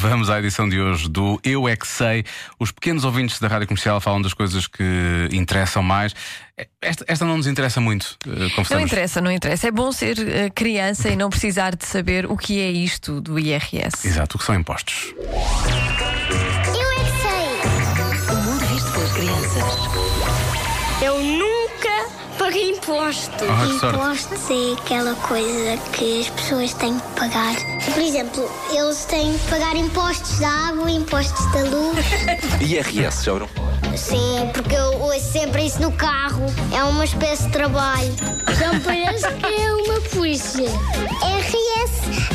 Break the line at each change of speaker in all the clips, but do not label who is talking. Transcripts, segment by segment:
Vamos à edição de hoje do Eu É Que Sei. Os pequenos ouvintes da rádio comercial falam das coisas que interessam mais. Esta, esta não nos interessa muito, eh, confessamos.
Não interessa, não interessa. É bom ser eh, criança e não precisar de saber o que é isto do IRS.
Exato, o que são impostos.
Eu é que sei!
O mundo visto pelas crianças.
Eu nunca paguei imposto.
Ah, que sorte.
Impostos é aquela coisa que as pessoas têm que pagar. Por exemplo, eles têm que pagar impostos da água, impostos da luz.
IRS, já ouviram?
Sim, porque eu ouço sempre isso no carro. É uma espécie de trabalho. Então parece que é uma polícia. RS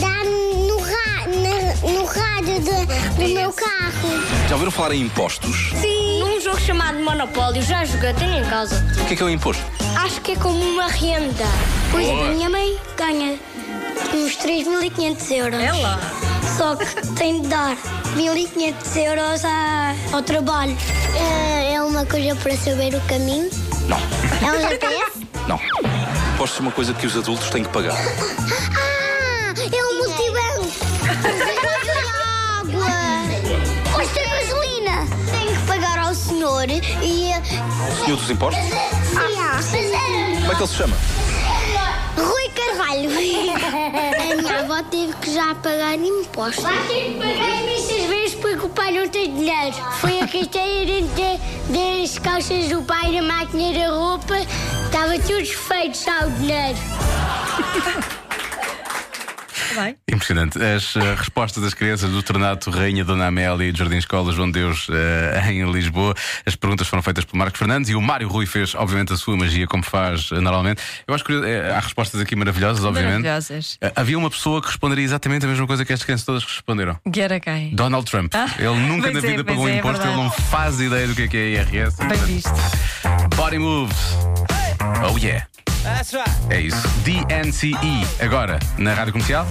dá no, rádio do meu carro.
Já ouviram falar em impostos?
Sim. Num jogo chamado Monopólio, já joguei, tenho em casa.
O que é que é um imposto?
Acho que é como uma renda. Por exemplo, a minha mãe ganha uns 3.500 euros.
Ela?
Só que tem de dar 1.500 euros a- ao trabalho.
é uma coisa para saber o caminho.
Não,
É um GPS?
não. Impostos é uma coisa que os adultos têm que pagar.
Ah, é um multibanco. Imposto da água. Imposto da gasolina. Tenho que pagar ao senhor e...
O senhor dos impostos?
Ah,
Como é que ele se chama?
Rui Carvalho. A minha avó teve que já pagar impostos. Vai ter que pagar imensas vezes porque o pai não tem dinheiro. Foi a carteira dentro da- das calças do pai na máquina da roupa. Estava tudo feito, só o dinheiro.
Impressionante. As eh, respostas das crianças do Tornado Rainha Dona Amélia e do Jardim Escola João Deus eh, em Lisboa. As perguntas foram feitas pelo Marcos Fernandes e o Mário Rui fez, obviamente, a sua magia, como faz eh, normalmente. Eu acho que eh, há respostas aqui maravilhosas, obviamente.
Maravilhosas.
Eh, Havia uma pessoa que responderia exatamente a mesma coisa que estas crianças todas que responderam.
Get a guy.
Donald Trump.
Ah,
ele nunca
pois
na
é,
vida
pois
pagou
é, é
imposto, ele
verdade. é.
não faz ideia do que é que é IRS.
Bem visto.
Body Moves. Oh yeah. É isso. DNCE, agora na rádio comercial.